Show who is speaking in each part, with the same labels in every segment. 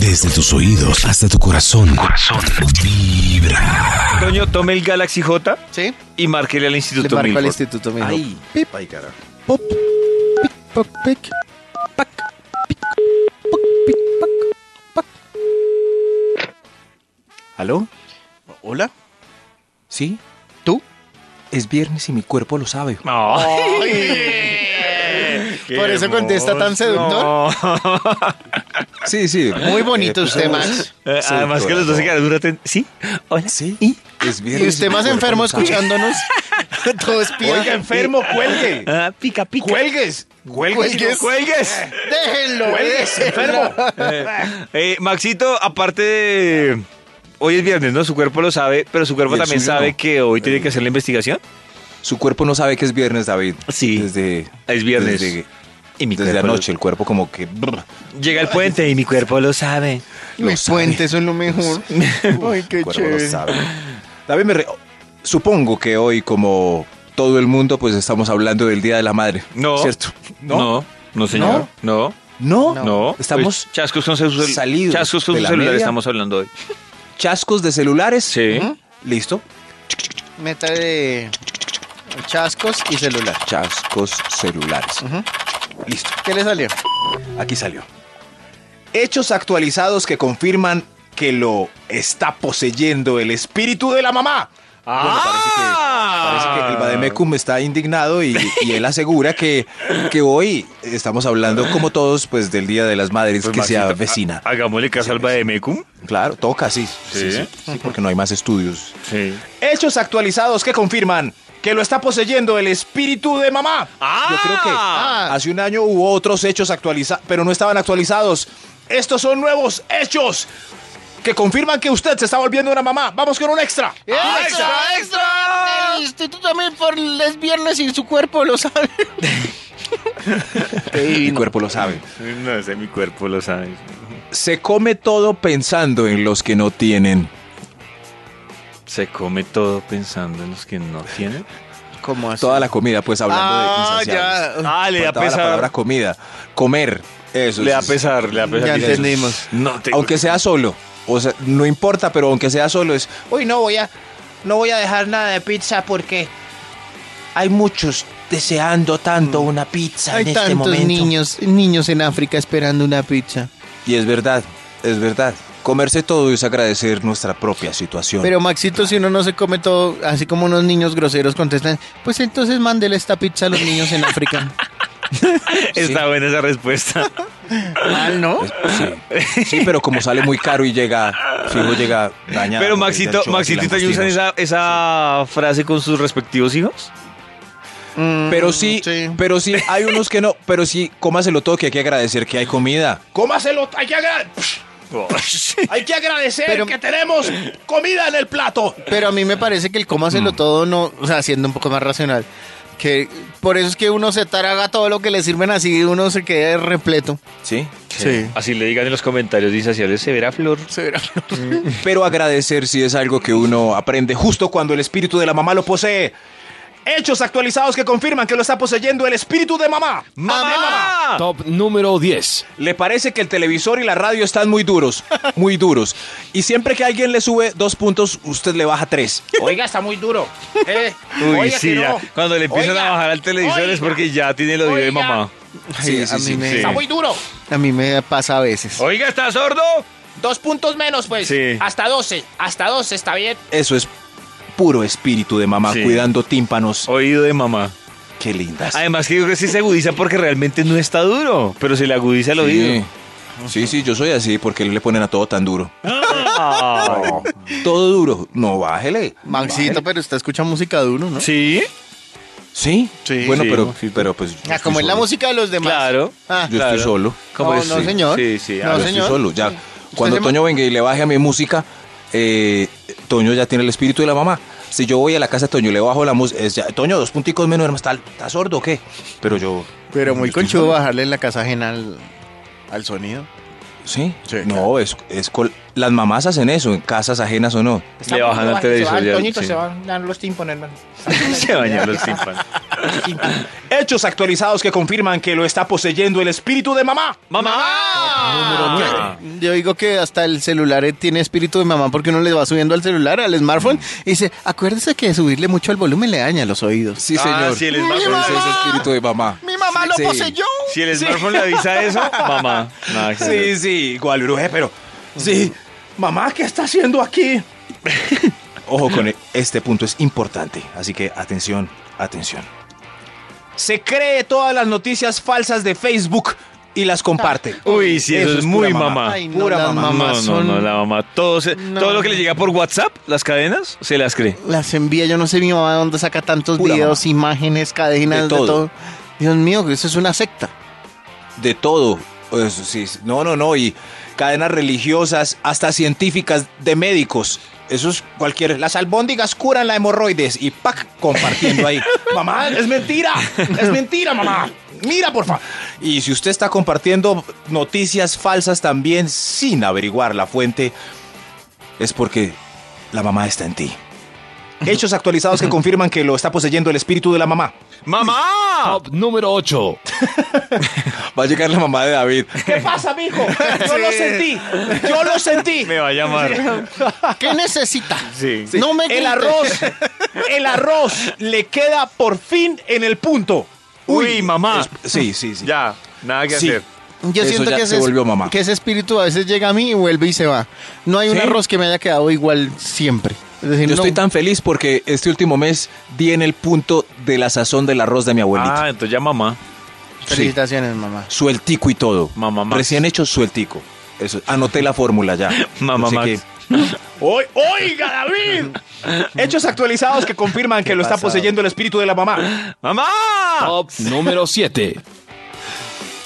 Speaker 1: Desde tus oídos hasta tu corazón. Corazón. Vibra.
Speaker 2: Doño, tome el Galaxy J
Speaker 3: ¿Sí?
Speaker 2: y márquele al
Speaker 3: Le
Speaker 2: Instituto
Speaker 3: marco al
Speaker 2: Milford.
Speaker 3: Instituto Milford.
Speaker 2: Ay.
Speaker 3: Pip. Ay, cara.
Speaker 4: Pop, pic, poc, pic, pac, pic, poc, pic, pac.
Speaker 5: ¿Aló?
Speaker 3: ¿Hola?
Speaker 5: ¿Sí?
Speaker 3: ¿Tú?
Speaker 5: Es viernes y mi cuerpo lo sabe.
Speaker 2: No.
Speaker 3: Por eso contesta tan seductor.
Speaker 5: Sí, sí.
Speaker 3: Muy bonito
Speaker 5: Eh,
Speaker 3: usted, Max.
Speaker 2: Eh, además que los dos se quedaron durante... ¿Sí? Hola.
Speaker 5: Sí.
Speaker 2: ¿Y?
Speaker 5: Es viernes.
Speaker 3: Y usted
Speaker 5: mi
Speaker 3: más
Speaker 5: cuerpo
Speaker 3: enfermo
Speaker 5: lo sabe.
Speaker 3: escuchándonos. Todo espía.
Speaker 4: Oiga, enfermo, cuelgue.
Speaker 2: Ah, pica, pica.
Speaker 4: Cuelgues.
Speaker 3: Cuelgues.
Speaker 4: Cuelgues.
Speaker 2: ¡Cuelgues!
Speaker 3: Déjenlo.
Speaker 4: Cuelgues, enfermo.
Speaker 2: Eh, Maxito, aparte de... Hoy es viernes, ¿no? Su cuerpo lo sabe, pero su cuerpo
Speaker 5: Y el
Speaker 2: también
Speaker 5: suyo
Speaker 2: sabe
Speaker 5: no.
Speaker 2: que hoy tiene que hacer la investigación.
Speaker 5: Su cuerpo no sabe que es viernes, David.
Speaker 2: Sí.
Speaker 5: Desde.
Speaker 2: Es viernes.
Speaker 5: Desde,
Speaker 2: y mi
Speaker 5: desde
Speaker 2: cuerpo lo-
Speaker 5: anoche, el cuerpo como que. brr,
Speaker 2: Llega el puente y mi cuerpo lo sabe.
Speaker 3: Los puentes son lo mejor. Ay, qué
Speaker 5: el cuerpo lo
Speaker 3: chévere.
Speaker 5: sabe. David, me re- supongo que hoy, como todo el mundo, pues estamos hablando del Día de la Madre.
Speaker 2: No.
Speaker 5: ¿Cierto?
Speaker 2: No, no, señor. No,
Speaker 5: No.
Speaker 2: no.
Speaker 5: Estamos
Speaker 2: Pues, chascos con su cel-
Speaker 5: salidos
Speaker 2: Chascos con
Speaker 5: de
Speaker 2: su
Speaker 5: la
Speaker 2: celular
Speaker 5: media.
Speaker 2: estamos hablando hoy.
Speaker 5: chascos de celulares.
Speaker 2: Pues- Sí.
Speaker 5: Listo.
Speaker 3: Meta de chascos y celular.
Speaker 5: Chascos celulares. Listo.
Speaker 3: ¿Qué le salió?
Speaker 5: Aquí salió. Hechos actualizados que confirman que lo está poseyendo el espíritu de la mamá.
Speaker 2: Ah.
Speaker 5: Bueno, parece que, parece que el Bademecum está indignado y, y él asegura que, que hoy estamos hablando, como todos, pues del Día de las Madres
Speaker 2: Pues,
Speaker 5: que se
Speaker 2: Maxito,
Speaker 5: avecina.
Speaker 2: ha- Hagámosle caso al Bademecum.
Speaker 5: Claro, toca, sí.
Speaker 2: Sí.
Speaker 5: Sí, sí, sí, porque no hay más estudios.
Speaker 2: Sí.
Speaker 5: Hechos actualizados que confirman que lo está poseyendo el espíritu de mamá.
Speaker 2: ¡Ah!
Speaker 5: Yo creo que
Speaker 3: Ah.
Speaker 5: hace un año hubo otros hechos actualizados, pero no estaban actualizados. Estos son nuevos hechos que confirman que usted se está volviendo una mamá. Vamos con un extra.
Speaker 3: ¡Extra, extra! El Instituto Milford es viernes y su cuerpo lo sabe.
Speaker 5: Mi cuerpo lo sabe.
Speaker 2: No sé, mi cuerpo lo sabe.
Speaker 5: Se come todo pensando en los que no tienen.
Speaker 2: Se come todo pensando en los que no tienen.
Speaker 3: ¿Cómo así?
Speaker 5: Toda la comida, pues hablando
Speaker 3: ah,
Speaker 5: de insaciables.
Speaker 3: ya.
Speaker 2: Ah, le da
Speaker 5: Faltaba la palabra
Speaker 2: pesar.
Speaker 5: comida. Comer. Eso.
Speaker 2: Le da
Speaker 5: es-
Speaker 2: pesar, le da pesar.
Speaker 3: Ya
Speaker 2: Dice,
Speaker 3: entendimos.
Speaker 2: No, tengo
Speaker 5: aunque
Speaker 2: que-
Speaker 5: sea solo. O sea, no importa, pero aunque sea solo es, uy, no voy a, no voy a dejar nada de pizza porque hay muchos deseando tanto una pizza
Speaker 3: Hay
Speaker 5: en este
Speaker 3: tantos
Speaker 5: momento.
Speaker 3: niños, niños en África esperando una pizza.
Speaker 5: Y es verdad, es verdad. Comerse todo es agradecer nuestra propia situación.
Speaker 3: Pero Maxito, si uno no se come todo, así como unos niños groseros contestan, pues entonces mándele esta pizza a los niños en África.
Speaker 2: Está buena esa respuesta.
Speaker 3: Mal, ¿no?
Speaker 5: sí. Sí, pero como sale muy caro y llega, fijo llega dañado.
Speaker 2: Pero
Speaker 5: porque
Speaker 2: Maxito,
Speaker 5: ya
Speaker 2: Maxito y Toño
Speaker 5: langostinos.
Speaker 2: usan esa, esa frase con sus respectivos hijos.
Speaker 3: Mm,
Speaker 5: Pero sí, pero sí, hay unos que no, pero sí, cómaselo todo que hay que agradecer que hay comida.
Speaker 4: Cómaselo. Hay que, agra- hay que agradecer
Speaker 3: Pero-
Speaker 4: que tenemos comida en el plato.
Speaker 3: Pero a mí me parece que el cómo hacerlo todo no, o sea, siendo un poco más racional, que por eso es que uno se taraga todo lo que le sirven así uno se queda repleto.
Speaker 5: Sí.
Speaker 3: Sí.
Speaker 2: Así le digan en los comentarios, dice Severa Flor. Severa Flor.
Speaker 5: Pero agradecer sí es algo que uno aprende justo cuando el espíritu de la mamá lo posee. Hechos actualizados que confirman que lo está poseyendo el espíritu de mamá.
Speaker 2: ¡Mamá!
Speaker 6: Top número 10.
Speaker 5: Le parece que el televisor y la radio están muy duros, muy duros. Y siempre que alguien le sube dos puntos, usted le baja tres.
Speaker 4: Oiga, está muy duro. Eh,
Speaker 2: Uy,
Speaker 4: oiga
Speaker 2: sí,
Speaker 4: que
Speaker 2: ya.
Speaker 4: no.
Speaker 2: Cuando le empiezan
Speaker 4: Oiga,
Speaker 2: a bajar al televisor es
Speaker 4: oiga,
Speaker 2: porque ya tiene el odio de
Speaker 4: Oiga.
Speaker 2: mamá.
Speaker 3: Sí, a, mí me,
Speaker 2: sí.
Speaker 4: Está muy duro.
Speaker 3: a mí me pasa a veces.
Speaker 2: Oiga, ¿está sordo?
Speaker 4: Dos puntos menos, pues.
Speaker 2: Sí.
Speaker 4: Hasta 12. Hasta 12, está bien.
Speaker 5: Eso es puro espíritu de mamá
Speaker 2: Sí.
Speaker 5: cuidando tímpanos.
Speaker 3: Oh.
Speaker 2: Oído de mamá.
Speaker 5: Qué lindas.
Speaker 2: Además que yo creo que sí se agudiza porque realmente no está duro, pero se le agudiza el
Speaker 5: sí.
Speaker 2: oído.
Speaker 5: sí, sí, yo soy así porque le ponen a todo tan duro.
Speaker 2: Ah.
Speaker 5: Todo duro. No, bájele.
Speaker 3: Maxito, pero usted escucha música duro, ¿no?
Speaker 2: ¿Sí?
Speaker 5: Sí.
Speaker 3: Sí.
Speaker 5: Bueno,
Speaker 2: Sí.
Speaker 5: pero, pero pues. yo
Speaker 3: Ah, como
Speaker 5: estoy
Speaker 3: es la
Speaker 5: solo.
Speaker 3: música de los demás.
Speaker 2: Claro.
Speaker 3: Ah,
Speaker 5: Yo
Speaker 2: Claro.
Speaker 5: estoy solo.
Speaker 3: No, no,
Speaker 2: sí.
Speaker 3: señor.
Speaker 2: Sí, sí.
Speaker 3: No,
Speaker 2: ah,
Speaker 5: Yo
Speaker 3: señor.
Speaker 5: estoy solo, ya. Cuando
Speaker 3: se ma-
Speaker 5: Toño venga y le baje a mi música, eh, Toño ya tiene el espíritu de la mamá. Si yo voy a la casa de Toño y le bajo la música, Toño, dos punticos menos, hermano, ¿está, está sordo o qué?
Speaker 2: Ah,
Speaker 5: Pero yo,
Speaker 3: pero muy
Speaker 5: Yo estoy
Speaker 3: conchudo
Speaker 5: solo.
Speaker 3: bajarle en la casa ajena al, al sonido.
Speaker 5: ¿sí?
Speaker 3: Sí,
Speaker 5: no,
Speaker 3: claro.
Speaker 5: es, es col- las mamás hacen eso, en casas ajenas o no.
Speaker 2: Le bajan al televisor. ya,
Speaker 4: Toñito,
Speaker 2: sí.
Speaker 4: se van dan los tímpanos, hermano.
Speaker 2: Se bañan los tímpanos.
Speaker 5: Hechos actualizados que confirman que lo está poseyendo el espíritu de mamá.
Speaker 2: ¡Mamá! Ah.
Speaker 3: Yo digo que hasta el celular eh, tiene espíritu de mamá porque uno le va subiendo al celular, al smartphone, y dice, acuérdese que subirle mucho al volumen le daña los oídos.
Speaker 5: Sí, señor.
Speaker 2: Ah, si el
Speaker 5: Ese
Speaker 2: smartphone,
Speaker 5: es el espíritu de mamá.
Speaker 3: Mi mamá lo
Speaker 5: Sí.
Speaker 3: poseyó.
Speaker 2: si el smartphone le avisa eso, mamá. Nada que hacer.
Speaker 5: Sí, sí, igual bruje, pero. Sí. Mamá, ¿qué está haciendo aquí? Ojo con e- este punto, es importante. Así que atención, atención. Se cree todas las noticias falsas de Facebook y las comparte.
Speaker 2: Uy, sí, eso, es muy mamá.
Speaker 3: Ay, no,
Speaker 5: Ah. Pura
Speaker 3: las
Speaker 5: mamá.
Speaker 2: No,
Speaker 3: mamás
Speaker 2: no,
Speaker 3: son-
Speaker 2: no, la mamá. Todo, se-
Speaker 3: No.
Speaker 2: todo lo que le llega por WhatsApp, las cadenas, se las cree.
Speaker 3: Las envía, yo no sé mi mamá de dónde saca tantos
Speaker 5: Pura
Speaker 3: videos, imágenes, cadenas,
Speaker 5: De
Speaker 3: de
Speaker 5: todo.
Speaker 3: todo. Dios mío, que eso es una secta.
Speaker 5: De todo. Eso sí, sí. No, no, no. Y cadenas religiosas, hasta científicas, de médicos. Eso es cualquier. Las albóndigas curan la hemorroides. Y pac, compartiendo ahí. mamá, es mentira. Es mentira, mamá. Mira, por favor. Y si usted está compartiendo noticias falsas también sin averiguar la fuente, es porque la mamá está en ti. Hechos actualizados que confirman que lo está poseyendo el espíritu de la mamá.
Speaker 2: ¡Mamá!
Speaker 6: Top número 8.
Speaker 5: Va a llegar la mamá de David. ¿Qué pasa, mijo? Yo lo sentí. Yo lo sentí.
Speaker 2: Me va a llamar.
Speaker 3: ¿Qué necesita?
Speaker 2: Sí.
Speaker 3: No me
Speaker 5: el
Speaker 3: grites.
Speaker 5: arroz, el arroz le queda por fin en el punto.
Speaker 2: Uy, mamá.
Speaker 5: es- sí, sí, sí.
Speaker 2: Ya, nada que
Speaker 5: Sí.
Speaker 2: hacer.
Speaker 3: Yo
Speaker 5: Eso
Speaker 3: siento
Speaker 5: ya
Speaker 3: que
Speaker 5: se
Speaker 3: ese,
Speaker 5: volvió mamá.
Speaker 3: que ese espíritu a veces llega a mí y vuelve y se va. No hay un
Speaker 5: ¿Sí?
Speaker 3: arroz que me haya quedado igual siempre. Es decir,
Speaker 5: Yo
Speaker 3: no.
Speaker 5: estoy tan feliz porque este último mes di en el punto de la sazón del arroz de mi abuelita.
Speaker 2: Ah, entonces ya mamá.
Speaker 3: Felicitaciones, mamá.
Speaker 5: Sueltico y todo.
Speaker 2: Mamá Max.
Speaker 5: Recién hecho sueltico. Eso, anoté la fórmula ya.
Speaker 2: Mamá
Speaker 5: Así
Speaker 2: Max.
Speaker 5: que- ¡Oy- ¡Oiga, David! Hechos actualizados que confirman que lo está poseyendo el espíritu de la mamá.
Speaker 2: ¡Mamá!
Speaker 6: Top número 7.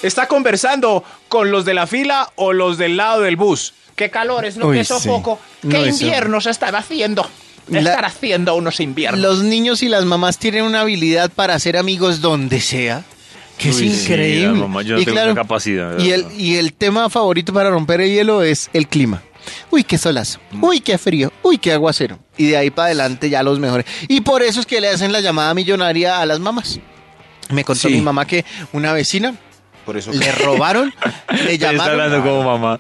Speaker 5: Está conversando con los de la fila o los del lado del bus. Qué calores,
Speaker 3: no, Uy, qué sí. sofoco. Qué No, eso. inviernos
Speaker 5: están haciendo.
Speaker 3: La- Están
Speaker 5: haciendo unos inviernos.
Speaker 3: Los niños y las mamás tienen una habilidad para hacer amigos donde sea. Que
Speaker 2: Uy,
Speaker 3: es
Speaker 2: sí,
Speaker 3: increíble.
Speaker 2: la mamá, yo no tengo esa capacidad,
Speaker 3: Y
Speaker 2: la
Speaker 3: el,
Speaker 2: verdad.
Speaker 3: y el tema favorito para romper el hielo es el clima. Uy, qué solazo.
Speaker 2: Mm.
Speaker 3: Uy, qué frío. Uy, qué aguacero. Y de ahí para adelante ya los mejores. Y por eso es que le hacen la llamada millonaria a las mamás. Me contó
Speaker 5: Sí.
Speaker 3: mi mamá que una vecina
Speaker 5: Por eso
Speaker 3: le robaron, le
Speaker 2: Te está
Speaker 3: llamaron.
Speaker 2: hablando como mamá.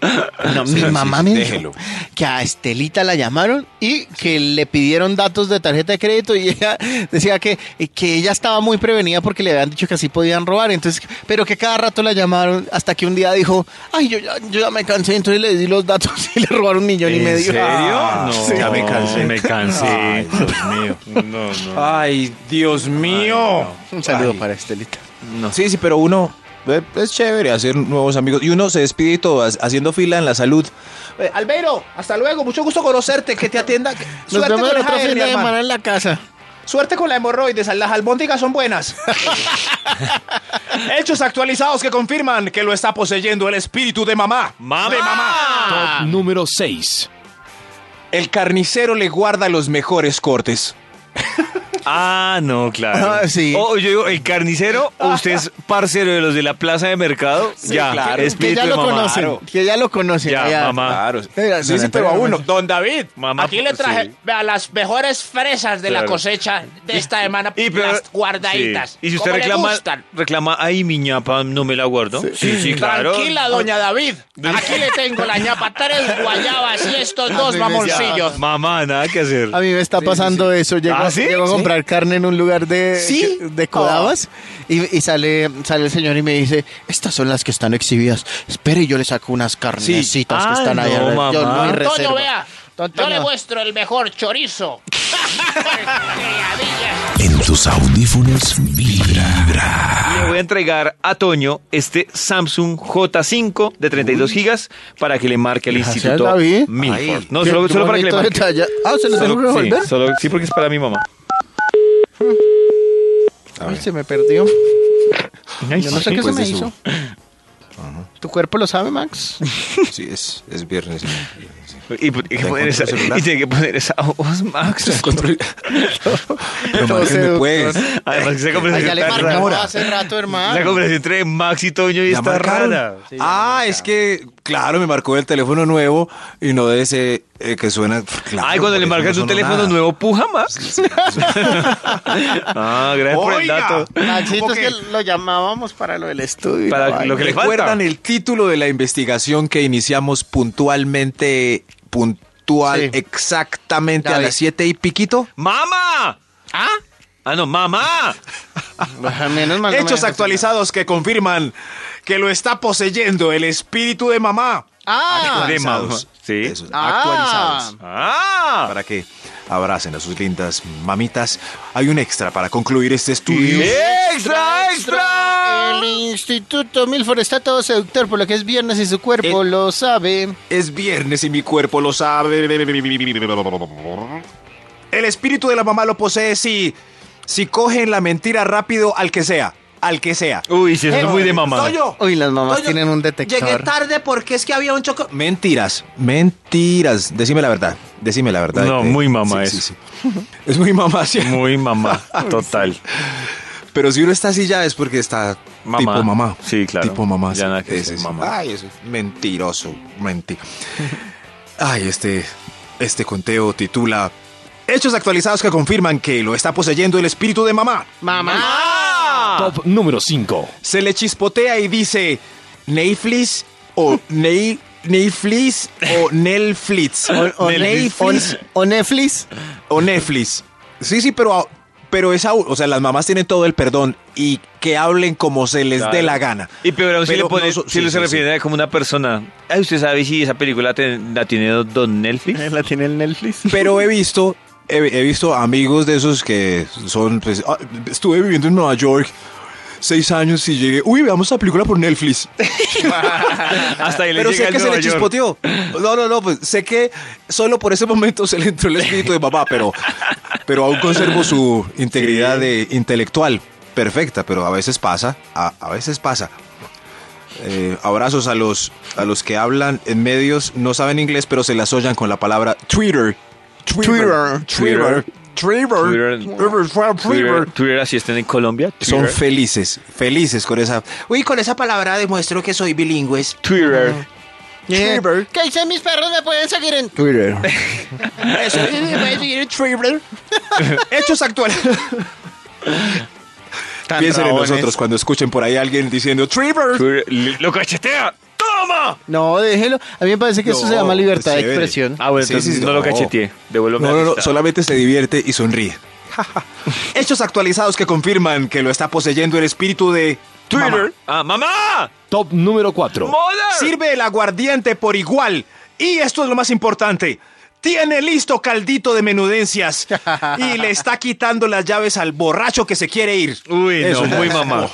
Speaker 3: No,
Speaker 5: Sí,
Speaker 3: mi
Speaker 5: sí,
Speaker 3: mamá
Speaker 5: sí,
Speaker 3: me
Speaker 5: déjelo.
Speaker 3: dijo que a Estelita la llamaron y que le pidieron datos de tarjeta de crédito y ella decía que, que ella estaba muy prevenida porque le habían dicho que así podían robar, entonces, pero que cada rato la llamaron hasta que un día dijo, ay, yo ya, yo ya me cansé, entonces le di los datos y le robaron un millón y
Speaker 2: ¿En
Speaker 3: medio.
Speaker 2: serio? No,
Speaker 5: sí. Ya me cansé.
Speaker 2: Me cansé.
Speaker 5: Ay,
Speaker 2: Ah, Dios mío. No, no.
Speaker 5: Ay, Dios
Speaker 2: Ah,
Speaker 5: mío.
Speaker 3: Un saludo
Speaker 5: Ay.
Speaker 3: para Estelita.
Speaker 5: Sí, sí, pero uno eh, es chévere hacer nuevos amigos y uno se despide y todo ha- haciendo fila en la salud. Eh, Albeiro, hasta luego, mucho gusto conocerte, que te atienda. que-
Speaker 3: Nos
Speaker 5: Suerte
Speaker 3: vemos el
Speaker 5: con el
Speaker 3: otro fin
Speaker 5: hernia,
Speaker 3: de semana
Speaker 5: hermano.
Speaker 3: en la casa.
Speaker 5: Suerte con la hemorroides, las albóndigas son buenas. Hechos actualizados que confirman que lo está poseyendo el espíritu de mamá.
Speaker 2: ¡Mamá!
Speaker 5: De mamá.
Speaker 6: Top número 6.
Speaker 5: El carnicero le guarda los mejores cortes.
Speaker 2: Ah, no, claro.
Speaker 3: Ah, sí.
Speaker 2: O yo digo, el carnicero, o usted es parcero de los de la plaza de mercado. ya,
Speaker 5: claro.
Speaker 3: Que
Speaker 2: espíritu
Speaker 3: ya
Speaker 2: de
Speaker 3: lo
Speaker 2: mamá.
Speaker 3: conocen,
Speaker 2: Claro.
Speaker 3: que ya lo conocen.
Speaker 2: Ya, mamá.
Speaker 5: Claro.
Speaker 3: Mira,
Speaker 5: sí,
Speaker 3: no,
Speaker 5: sí,
Speaker 3: no,
Speaker 5: pero a
Speaker 3: pero
Speaker 5: uno.
Speaker 3: no.
Speaker 5: Don David,
Speaker 2: Mamá,
Speaker 7: Aquí le traje
Speaker 2: sí.
Speaker 7: vea, las mejores fresas de
Speaker 2: Claro.
Speaker 7: la cosecha de esta semana,
Speaker 2: Y pero-
Speaker 7: las guardaditas.
Speaker 2: sí. Y si usted
Speaker 7: ¿Cómo le
Speaker 2: reclama,
Speaker 7: gustan?
Speaker 2: reclama, ay, mi ñapa, no me la guardo. Sí, sí, claro.
Speaker 7: Tranquila, doña David. Aquí le tengo la ñapa, tres guayabas y estos dos
Speaker 3: Ábreme ya.
Speaker 7: mamoncillos.
Speaker 2: Mamá, nada que hacer.
Speaker 3: A mí me está pasando eso. Llego,
Speaker 2: ¿Ah, sí?
Speaker 3: llego a
Speaker 2: Sí.
Speaker 3: comprar carne en un lugar de,
Speaker 5: ¿Sí?
Speaker 3: de Codabas
Speaker 2: Oh.
Speaker 3: y, y sale, sale el señor y me dice, estas son las que están exhibidas. Espere, yo le saco unas carnecitas
Speaker 2: Ah,
Speaker 3: que están ahí.
Speaker 2: no,
Speaker 3: Yo
Speaker 2: mamá.
Speaker 3: no hay
Speaker 7: Antonio,
Speaker 3: reserva.
Speaker 7: vea. Yo
Speaker 3: Antonio.
Speaker 7: le muestro el mejor chorizo. Criadillas.
Speaker 1: En tus audífonos vibra.
Speaker 2: Le voy a entregar a Toño este Samsung J5 de 32 gigas para que le marque al
Speaker 3: Gracias,
Speaker 2: instituto
Speaker 3: David.
Speaker 2: Milford. no,
Speaker 3: Qué
Speaker 2: solo, solo para que le
Speaker 3: bonito
Speaker 2: marque.
Speaker 3: detalle. Ah, ¿se lo tengo
Speaker 2: Solo-
Speaker 3: que
Speaker 2: sí,
Speaker 3: revolver?
Speaker 2: solo- sí, porque es para mi mamá.
Speaker 3: Ay, se me perdió. Yo no sé qué se
Speaker 5: pues
Speaker 3: me
Speaker 5: de su-
Speaker 3: hizo. ¿Tu cuerpo lo sabe, Max?
Speaker 5: Sí, es, es viernes.
Speaker 2: Y, pues, y- y
Speaker 5: ¿Te
Speaker 2: poner esa-
Speaker 5: encuentro el celular?
Speaker 2: y tiene que poner esa voz, Max.
Speaker 5: No, márquenme, pues.
Speaker 2: Además, que esa
Speaker 3: Ay,
Speaker 2: conversación
Speaker 3: ya le
Speaker 2: está rara.
Speaker 3: marcamos hace rato,
Speaker 2: Esa
Speaker 3: hermano.
Speaker 2: conversación entre Max y Toño y
Speaker 5: ¿Ya
Speaker 2: está
Speaker 5: marcaron?
Speaker 2: rara.
Speaker 5: ah, es que, claro, me marcó el teléfono nuevo y no de ese eh, que suena. Claro,
Speaker 2: Ay, cuando le
Speaker 5: por
Speaker 2: marcas
Speaker 5: eso no
Speaker 2: un teléfono
Speaker 5: sonó nada.
Speaker 2: nuevo, puja, Max. ah, gracias por el
Speaker 5: Oiga.
Speaker 2: dato.
Speaker 3: Maxito,
Speaker 5: ¿Cómo
Speaker 3: es que
Speaker 5: que?
Speaker 3: lo llamábamos para lo del estudio.
Speaker 2: Para
Speaker 3: Ay,
Speaker 2: lo que le falta.
Speaker 5: ¿Recuerdan el título de la investigación que iniciamos puntualmente, puntual,
Speaker 3: Sí.
Speaker 5: exactamente
Speaker 3: Ya
Speaker 5: a
Speaker 3: vi.
Speaker 5: las siete y piquito?
Speaker 2: ¡Mamá!
Speaker 7: ¿Ah?
Speaker 2: Ah, no, mamá.
Speaker 3: Menos mal no me
Speaker 5: Hechos
Speaker 3: dejaste
Speaker 5: actualizados que confirman que lo está poseyendo el espíritu de mamá.
Speaker 3: Ah,
Speaker 2: De mamá.
Speaker 5: Actualizados.
Speaker 2: Sí.
Speaker 5: Eso,
Speaker 3: Ah.
Speaker 5: Actualizados.
Speaker 2: Ah.
Speaker 5: Para que abracen a sus lindas mamitas. Hay un extra para concluir este estudio.
Speaker 2: ¡Extra, extra!
Speaker 3: El Instituto Milford está todo seductor por lo que es viernes y su cuerpo lo sabe.
Speaker 5: Es viernes y mi cuerpo lo sabe. El espíritu de la mamá lo posee si, si cogen la mentira rápido al que sea. Al que sea.
Speaker 2: Uy, si eso es muy de mamá.
Speaker 5: Eh, Toño,
Speaker 3: Uy, las mamás
Speaker 5: Toño,
Speaker 3: tienen un detector.
Speaker 5: Llegué tarde porque es que había un choco. Mentiras, mentiras. Decime la verdad. Decime la verdad.
Speaker 2: No,
Speaker 5: Eh,
Speaker 2: muy mamá
Speaker 5: sí,
Speaker 2: es.
Speaker 5: sí, sí. Es muy mamá, sí.
Speaker 2: Muy mamá, total.
Speaker 5: Pero si uno está así ya es porque está
Speaker 2: Mamá.
Speaker 5: tipo mamá.
Speaker 2: Sí, claro.
Speaker 5: Tipo mamá.
Speaker 2: Ya
Speaker 5: sí.
Speaker 2: nada que
Speaker 5: Sí,
Speaker 2: hacer,
Speaker 5: sí, sí.
Speaker 2: mamá.
Speaker 5: Ay, eso es mentiroso. Mentira. Ay, este, este conteo titula Hechos actualizados que confirman que lo está poseyendo el espíritu de mamá.
Speaker 3: Mamá.
Speaker 6: Top número 5.
Speaker 5: Se le chispotea y dice Netflix o Nei- Netflix o Netflix.
Speaker 3: O, o-
Speaker 5: Netflix
Speaker 3: o- o Netflix.
Speaker 5: o Netflix. Sí, sí, pero, pero es au- O sea, las mamás tienen todo el perdón y que hablen como se les dé
Speaker 2: Claro.
Speaker 5: la gana.
Speaker 2: Y peor aún si
Speaker 5: Pero
Speaker 2: le pone,
Speaker 5: no so-
Speaker 2: si
Speaker 5: sí,
Speaker 2: lo se
Speaker 5: sí,
Speaker 2: refiere a como una persona. Ay, usted sabe si esa película te- la tiene Don Netflix.
Speaker 3: La tiene el Netflix.
Speaker 5: Pero he visto, he, he visto amigos de esos que son, pues, "Ah, estuve viviendo en Nueva York seis años y llegué, uy, veamos esa película por Netflix.
Speaker 2: Hasta ahí le
Speaker 5: Pero
Speaker 2: llega
Speaker 5: sé
Speaker 2: el
Speaker 5: que se
Speaker 2: Nueva
Speaker 5: le
Speaker 2: York.
Speaker 5: chispoteó. No, no, no, pues sé que solo por ese momento se le entró el espíritu de papá, pero, pero aún conservo su integridad de intelectual perfecta, pero a veces pasa, a, a veces pasa. Eh, abrazos a los, a los que hablan en medios, no saben inglés, pero se las oyan con la palabra Twitter. Twitter. Twitter. Twitter. Twitter.
Speaker 2: Twitter, Twitter, así estén en Colombia.
Speaker 5: Son
Speaker 2: Twitter.
Speaker 5: felices, felices con esa. Uy, con esa palabra demuestro que soy bilingües.
Speaker 2: Twitter.
Speaker 3: ¿Qué dicen mis perros? ¿Me pueden seguir en Twitter?
Speaker 5: Eso. Hechos actuales. Piensen en nosotros cuando escuchen por ahí a alguien diciendo Trevor.
Speaker 2: Twitter. Li- Lo cachetea. ¡Toma!
Speaker 3: No, déjelo. A mí me parece que eso
Speaker 5: No,
Speaker 3: se llama libertad de
Speaker 5: chévere.
Speaker 3: expresión.
Speaker 2: Ah, bueno,
Speaker 5: Sí,
Speaker 2: entonces
Speaker 5: sí,
Speaker 2: no,
Speaker 5: no.
Speaker 2: lo cacheteé. Devuélveme
Speaker 5: No, no,
Speaker 2: la
Speaker 5: no,
Speaker 2: amistad.
Speaker 5: solamente se divierte y sonríe. Hechos actualizados que confirman que lo está poseyendo el espíritu de
Speaker 2: Twitter.
Speaker 5: Mamá.
Speaker 2: Ah, ¡Mamá!
Speaker 6: Top número 4.
Speaker 2: ¡Mother!
Speaker 5: Sirve el aguardiente por igual. Y esto es lo más importante. Tiene listo caldito de menudencias y le está quitando las llaves al borracho que se quiere ir.
Speaker 2: Uy,
Speaker 5: Eso. Oh.
Speaker 2: no, muy mamá.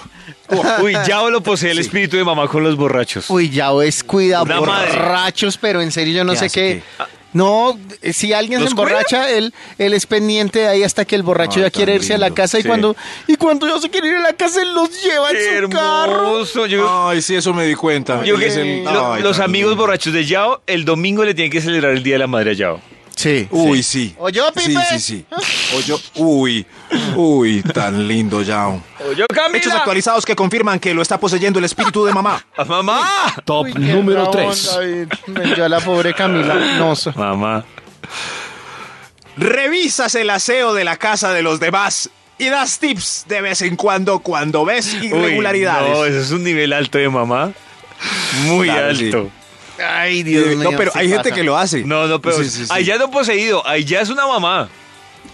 Speaker 2: Uy, ya lo posee el espíritu de mamá con los borrachos.
Speaker 3: Uy, ya pues, es cuidado,
Speaker 2: Una madre.
Speaker 3: borrachos, pero en serio yo no
Speaker 5: ¿Qué
Speaker 3: sé
Speaker 5: hace
Speaker 3: qué. Ah. No, eh, si alguien se
Speaker 2: ¿Los
Speaker 3: emborracha, él, él es pendiente de ahí hasta que el borracho
Speaker 5: Ay,
Speaker 3: ya
Speaker 5: tan
Speaker 3: quiere irse a la
Speaker 5: lindo,
Speaker 3: casa y
Speaker 2: sí.
Speaker 3: cuando y cuando ya se quiere ir a la casa, él los lleva en
Speaker 2: ¡Qué
Speaker 3: su carro.
Speaker 2: hermoso! Yo,
Speaker 5: Ay, sí, eso me di cuenta.
Speaker 2: yo
Speaker 5: Y
Speaker 2: que
Speaker 5: dicen,
Speaker 2: lo-
Speaker 5: "Ay,
Speaker 2: los
Speaker 5: tan
Speaker 2: amigos
Speaker 5: lindo".
Speaker 2: borrachos de Yao, el domingo le tienen que celebrar el Día de la Madre a Yao.
Speaker 3: Sí.
Speaker 5: Uy, sí.
Speaker 3: ¿Oyó,
Speaker 5: Sí,
Speaker 3: Pipe?
Speaker 5: sí, sí. Oyó. Uy, uy, tan lindo ya.
Speaker 2: ¡Yo
Speaker 5: Hechos actualizados que confirman que lo está poseyendo el espíritu de mamá.
Speaker 2: Ah, ¡Mamá!
Speaker 6: Top
Speaker 3: Uy, qué
Speaker 6: número
Speaker 3: rabón,
Speaker 6: 3.
Speaker 3: David. Me dio a la pobre Camila. No, so-
Speaker 2: Mamá.
Speaker 5: Revisas el aseo de la casa de los demás y das tips de vez en cuando cuando ves
Speaker 2: Uy,
Speaker 5: irregularidades.
Speaker 2: no, eso es un nivel alto de mamá. Muy
Speaker 5: Claro, sí. Eh,
Speaker 2: alto.
Speaker 3: Ay, Dios mío.
Speaker 5: no, pero
Speaker 3: sí
Speaker 5: hay gente
Speaker 3: pasa.
Speaker 5: que lo hace.
Speaker 2: No, no, pero
Speaker 5: Sí, sí, sí.
Speaker 2: ahí ya no poseído, ahí ya es una mamá.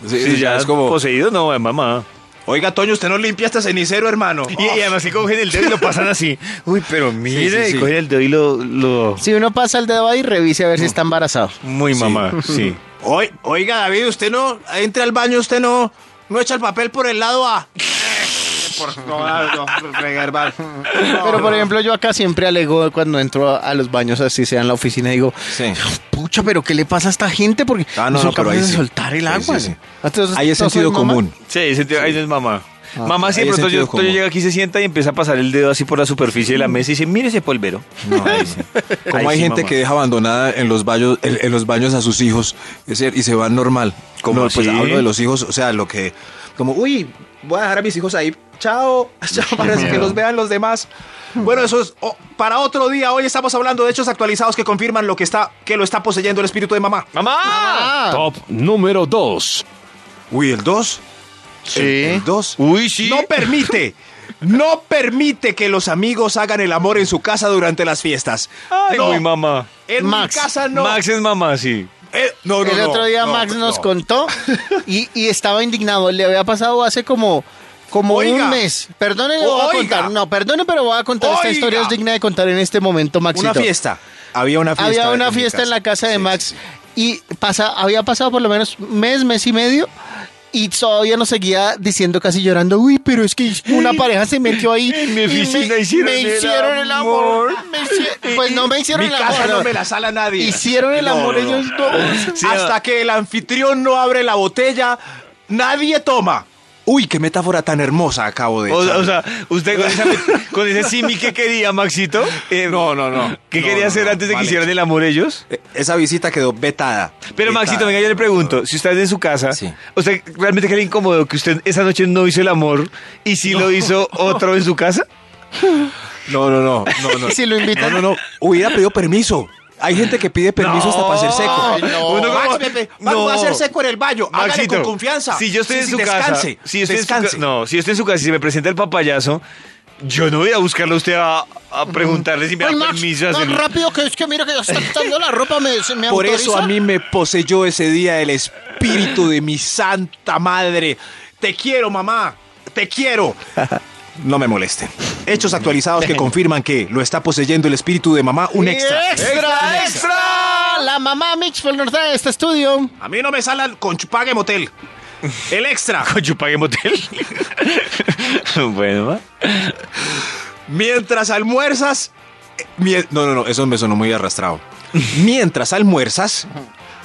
Speaker 5: Sí,
Speaker 2: Si ya es como... poseído, no, es mamá.
Speaker 5: Oiga, Toño, usted no limpia este cenicero, hermano. Ah,
Speaker 2: Y, eh, y además que cogen el dedo y lo pasan así. Uy, pero mire,
Speaker 5: sí, sí.
Speaker 2: y cogen el dedo y lo... lo-
Speaker 3: Si uno pasa el dedo ahí, revise a ver si está embarazado.
Speaker 2: Muy mamá, sí.
Speaker 5: Oi- Oiga, David, usted no entra al baño, usted no, no echa el papel por el lado A.
Speaker 3: Pero por ejemplo, yo acá siempre alego cuando entro a, a los baños, así sea en la oficina, digo,
Speaker 5: Sí.
Speaker 3: pucha, pero ¿qué le pasa a esta gente? Porque
Speaker 5: Ah,
Speaker 3: no,
Speaker 5: no,
Speaker 3: son
Speaker 5: no, pero
Speaker 3: capaces
Speaker 5: ahí
Speaker 3: de
Speaker 5: sí.
Speaker 3: soltar el
Speaker 5: Ahí
Speaker 3: agua.
Speaker 5: sí, sí.
Speaker 3: Entonces,
Speaker 5: Ahí es
Speaker 3: ¿todos
Speaker 5: sentido
Speaker 3: son mamá?
Speaker 5: común.
Speaker 2: Sí, ese tío- ahí no es mamá. mamá
Speaker 5: Ah, ahí
Speaker 2: siempre, entonces
Speaker 5: es
Speaker 2: yo,
Speaker 5: sentido
Speaker 2: entonces yo
Speaker 5: común.
Speaker 2: llego aquí, se sienta y empieza a pasar el dedo así por la superficie de la mesa y dice, mire ese polvero. Ahí sí. Ahí
Speaker 5: Como hay
Speaker 2: sí,
Speaker 5: gente
Speaker 2: mamá.
Speaker 5: que deja abandonada en los baños, en, en los baños a sus hijos es decir, y se van normal.
Speaker 2: ¿Cómo
Speaker 5: No, pues
Speaker 2: así?
Speaker 5: hablo de los hijos, o sea, lo que como, uy, voy a dejar a mis hijos ahí. Chao, chao para que los vean los demás. Bueno, eso es oh, para otro día. Hoy estamos hablando de hechos actualizados que confirman lo que está que lo está poseyendo el espíritu de mamá.
Speaker 2: ¡Mamá!
Speaker 3: Ah,
Speaker 6: Top número 2.
Speaker 5: Uy, el 2.
Speaker 3: Sí.
Speaker 5: El 2.
Speaker 2: Uy, sí.
Speaker 5: No permite No permite que los amigos hagan el amor en su casa durante las fiestas.
Speaker 2: Ay,
Speaker 5: no,
Speaker 2: muy mamá.
Speaker 5: en
Speaker 3: Max,
Speaker 5: mi casa no.
Speaker 2: Max es mamá, sí.
Speaker 5: Eh, no, no,
Speaker 3: el
Speaker 5: no,
Speaker 3: otro día
Speaker 5: no,
Speaker 3: Max nos
Speaker 5: no.
Speaker 3: contó y, y estaba indignado. Le había pasado hace como, como
Speaker 5: Oiga.
Speaker 3: un mes. Perdone, le voy a
Speaker 5: Oiga.
Speaker 3: contar. No, perdone, pero voy a contar. Esta
Speaker 5: Oiga.
Speaker 3: historia es digna de contar en este momento, Maxito.
Speaker 5: Una fiesta. Había una fiesta.
Speaker 3: Había una fiesta en la casa de
Speaker 5: Sí,
Speaker 3: Max
Speaker 5: sí, sí.
Speaker 3: y pasa, había pasado por lo menos mes, mes y medio. Y todavía nos seguía diciendo casi llorando, uy, pero es que una pareja se metió ahí.
Speaker 2: En mi
Speaker 3: y
Speaker 2: oficina
Speaker 3: me,
Speaker 2: hicieron
Speaker 3: me
Speaker 2: el
Speaker 3: hicieron el amor.
Speaker 2: amor.
Speaker 3: Me hici- pues no me hicieron
Speaker 5: Mi
Speaker 3: el
Speaker 5: casa
Speaker 3: amor.
Speaker 5: no me la sala nadie.
Speaker 3: Hicieron el
Speaker 5: No,
Speaker 3: amor
Speaker 5: no, no.
Speaker 3: ellos dos.
Speaker 2: Sí,
Speaker 5: Hasta que el anfitrión no abre la botella, nadie toma. Uy, qué metáfora tan hermosa acabo de
Speaker 2: O,
Speaker 5: echar.
Speaker 2: o sea, usted con, esa- con ese simi que quería, Maxito. eh,
Speaker 5: No, no, no.
Speaker 2: ¿Qué
Speaker 5: No,
Speaker 2: quería
Speaker 5: no,
Speaker 2: hacer
Speaker 5: no,
Speaker 2: antes de que
Speaker 5: mal
Speaker 2: hicieran
Speaker 5: hecho.
Speaker 2: el amor ellos?
Speaker 5: Eh, Esa visita quedó vetada.
Speaker 2: Pero
Speaker 5: Vetada.
Speaker 2: Maxito, venga, yo le pregunto, si usted es en su casa,
Speaker 5: Sí.
Speaker 2: ¿usted realmente cree incómodo que usted esa noche no hizo el amor y si lo hizo otro en su casa?
Speaker 5: No, no, no, no, no.
Speaker 3: Y si lo
Speaker 5: No,
Speaker 3: invitan.
Speaker 5: no, no. Hubiera pedido permiso. Hay gente que pide permiso hasta para ser seco.
Speaker 2: Ay, no. Uno como- no.
Speaker 5: en el baño. Hágale
Speaker 2: Si yo estoy
Speaker 5: Sí,
Speaker 2: en
Speaker 5: sí,
Speaker 2: su
Speaker 5: descanse,
Speaker 2: casa, si yo estoy en su
Speaker 5: descanse.
Speaker 2: ca- no, si yo estoy en su casa y se me presenta el papayazo, yo no voy a buscarlo a usted a, a preguntarle si me da
Speaker 3: Ay, Max,
Speaker 2: permiso de
Speaker 3: tan
Speaker 2: hacerlo.
Speaker 3: rápido que es que mira que ya está quitando la ropa, me, se- me
Speaker 5: Por
Speaker 3: autoriza.
Speaker 5: eso a mí me poseyó ese día el espíritu de mi santa madre. Te quiero, mamá. Te quiero. No me molesten. Hechos actualizados que confirman que lo está poseyendo el espíritu de mamá, un extra. Un
Speaker 3: ¡Extra, extra! La mamá Mitchell nos da este estudio.
Speaker 5: A mí no me sale con chupague motel. El extra.
Speaker 2: Con Chupague Motel. bueno, ¿va?
Speaker 5: Mientras almuerzas. eh, mie- no, no, no, eso me sonó muy arrastrado. Mientras almuerzas.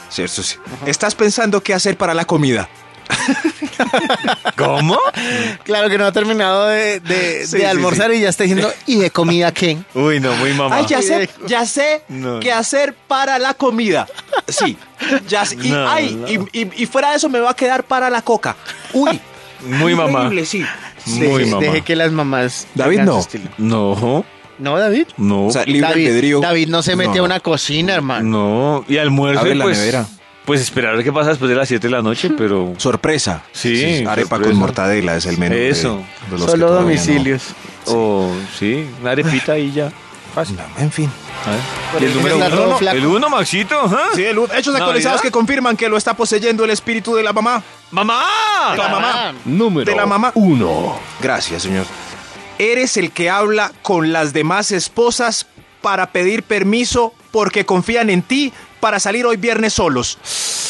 Speaker 5: Cierto, sí. Estás pensando qué hacer para la comida.
Speaker 2: ¿cómo?
Speaker 3: Claro que no ha terminado de, de-
Speaker 5: Sí,
Speaker 3: de
Speaker 5: sí,
Speaker 3: almorzar y ya está diciendo, ¿y de comida qué?
Speaker 2: Uy, no, muy mamá.
Speaker 5: Ay, ya sé, ya sé
Speaker 2: No.
Speaker 5: qué hacer para la comida. Sí, ya sé. Y,
Speaker 2: No,
Speaker 5: ay,
Speaker 2: no.
Speaker 5: y- Y, y fuera de eso me va a quedar para la coca. Uy,
Speaker 2: muy mamá.
Speaker 5: increíble, sí.
Speaker 2: Muy
Speaker 3: Deje-
Speaker 2: mamá.
Speaker 3: Deje que las mamás.
Speaker 5: David,
Speaker 3: tengan su
Speaker 5: no.
Speaker 3: estilo.
Speaker 2: No,
Speaker 3: No, David.
Speaker 2: no.
Speaker 5: O sea, libre
Speaker 3: David,
Speaker 5: albedrío.
Speaker 3: David no se mete
Speaker 5: No,
Speaker 3: a una cocina, hermano.
Speaker 2: No, y almuerzo
Speaker 5: Abre
Speaker 2: y
Speaker 5: la
Speaker 2: pues,
Speaker 5: nevera.
Speaker 2: pues esperar a ver qué pasa después de las 7 de la noche, pero
Speaker 5: Sorpresa.
Speaker 2: Sí,
Speaker 5: arepa
Speaker 2: sorpresa.
Speaker 5: con mortadela es el menú. de-
Speaker 2: Eso.
Speaker 5: de los que
Speaker 3: Solo
Speaker 5: todavía no-
Speaker 3: domicilios.
Speaker 2: o sí, una arepita y ya.
Speaker 5: No, en fin.
Speaker 2: ¿Y el número
Speaker 3: Está todo
Speaker 2: uno?
Speaker 3: flaco.
Speaker 2: El uno, Maxito. ¿Ah? ajá.
Speaker 5: Sí, el- hechos actualizados
Speaker 2: ¿Navidad?
Speaker 5: que confirman que lo está poseyendo el espíritu de la mamá.
Speaker 2: Ah, ¡Mamá!
Speaker 5: De la mamá.
Speaker 6: Número
Speaker 5: De la mamá.
Speaker 6: uno.
Speaker 5: Gracias, señor. Eres el que habla con las demás esposas para pedir permiso porque confían en ti para salir hoy viernes solos.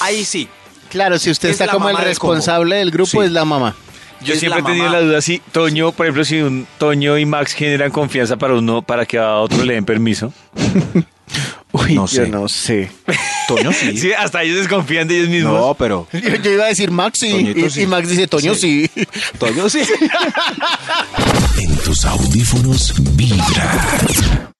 Speaker 5: Ahí sí.
Speaker 3: Claro, si usted
Speaker 5: Es
Speaker 3: está
Speaker 5: la
Speaker 3: como el
Speaker 5: mamá del combo.
Speaker 3: responsable del grupo,
Speaker 5: Sí.
Speaker 3: es la mamá.
Speaker 2: Yo
Speaker 5: Es
Speaker 2: siempre he
Speaker 5: la
Speaker 2: tenido
Speaker 5: mamá.
Speaker 2: la duda si Toño, por ejemplo, si un Toño y Max generan confianza para uno, para que a otro le den permiso.
Speaker 3: Uy,
Speaker 5: No sé.
Speaker 3: no sé.
Speaker 5: Toño sí.
Speaker 2: Sí, hasta ellos desconfían de ellos mismos.
Speaker 5: No, pero.
Speaker 3: Yo, yo iba a decir Max sí,
Speaker 5: Toñito,
Speaker 3: y,
Speaker 5: sí.
Speaker 3: y Max dice Toño sí.
Speaker 5: Toño sí.
Speaker 1: En tus audífonos vibra.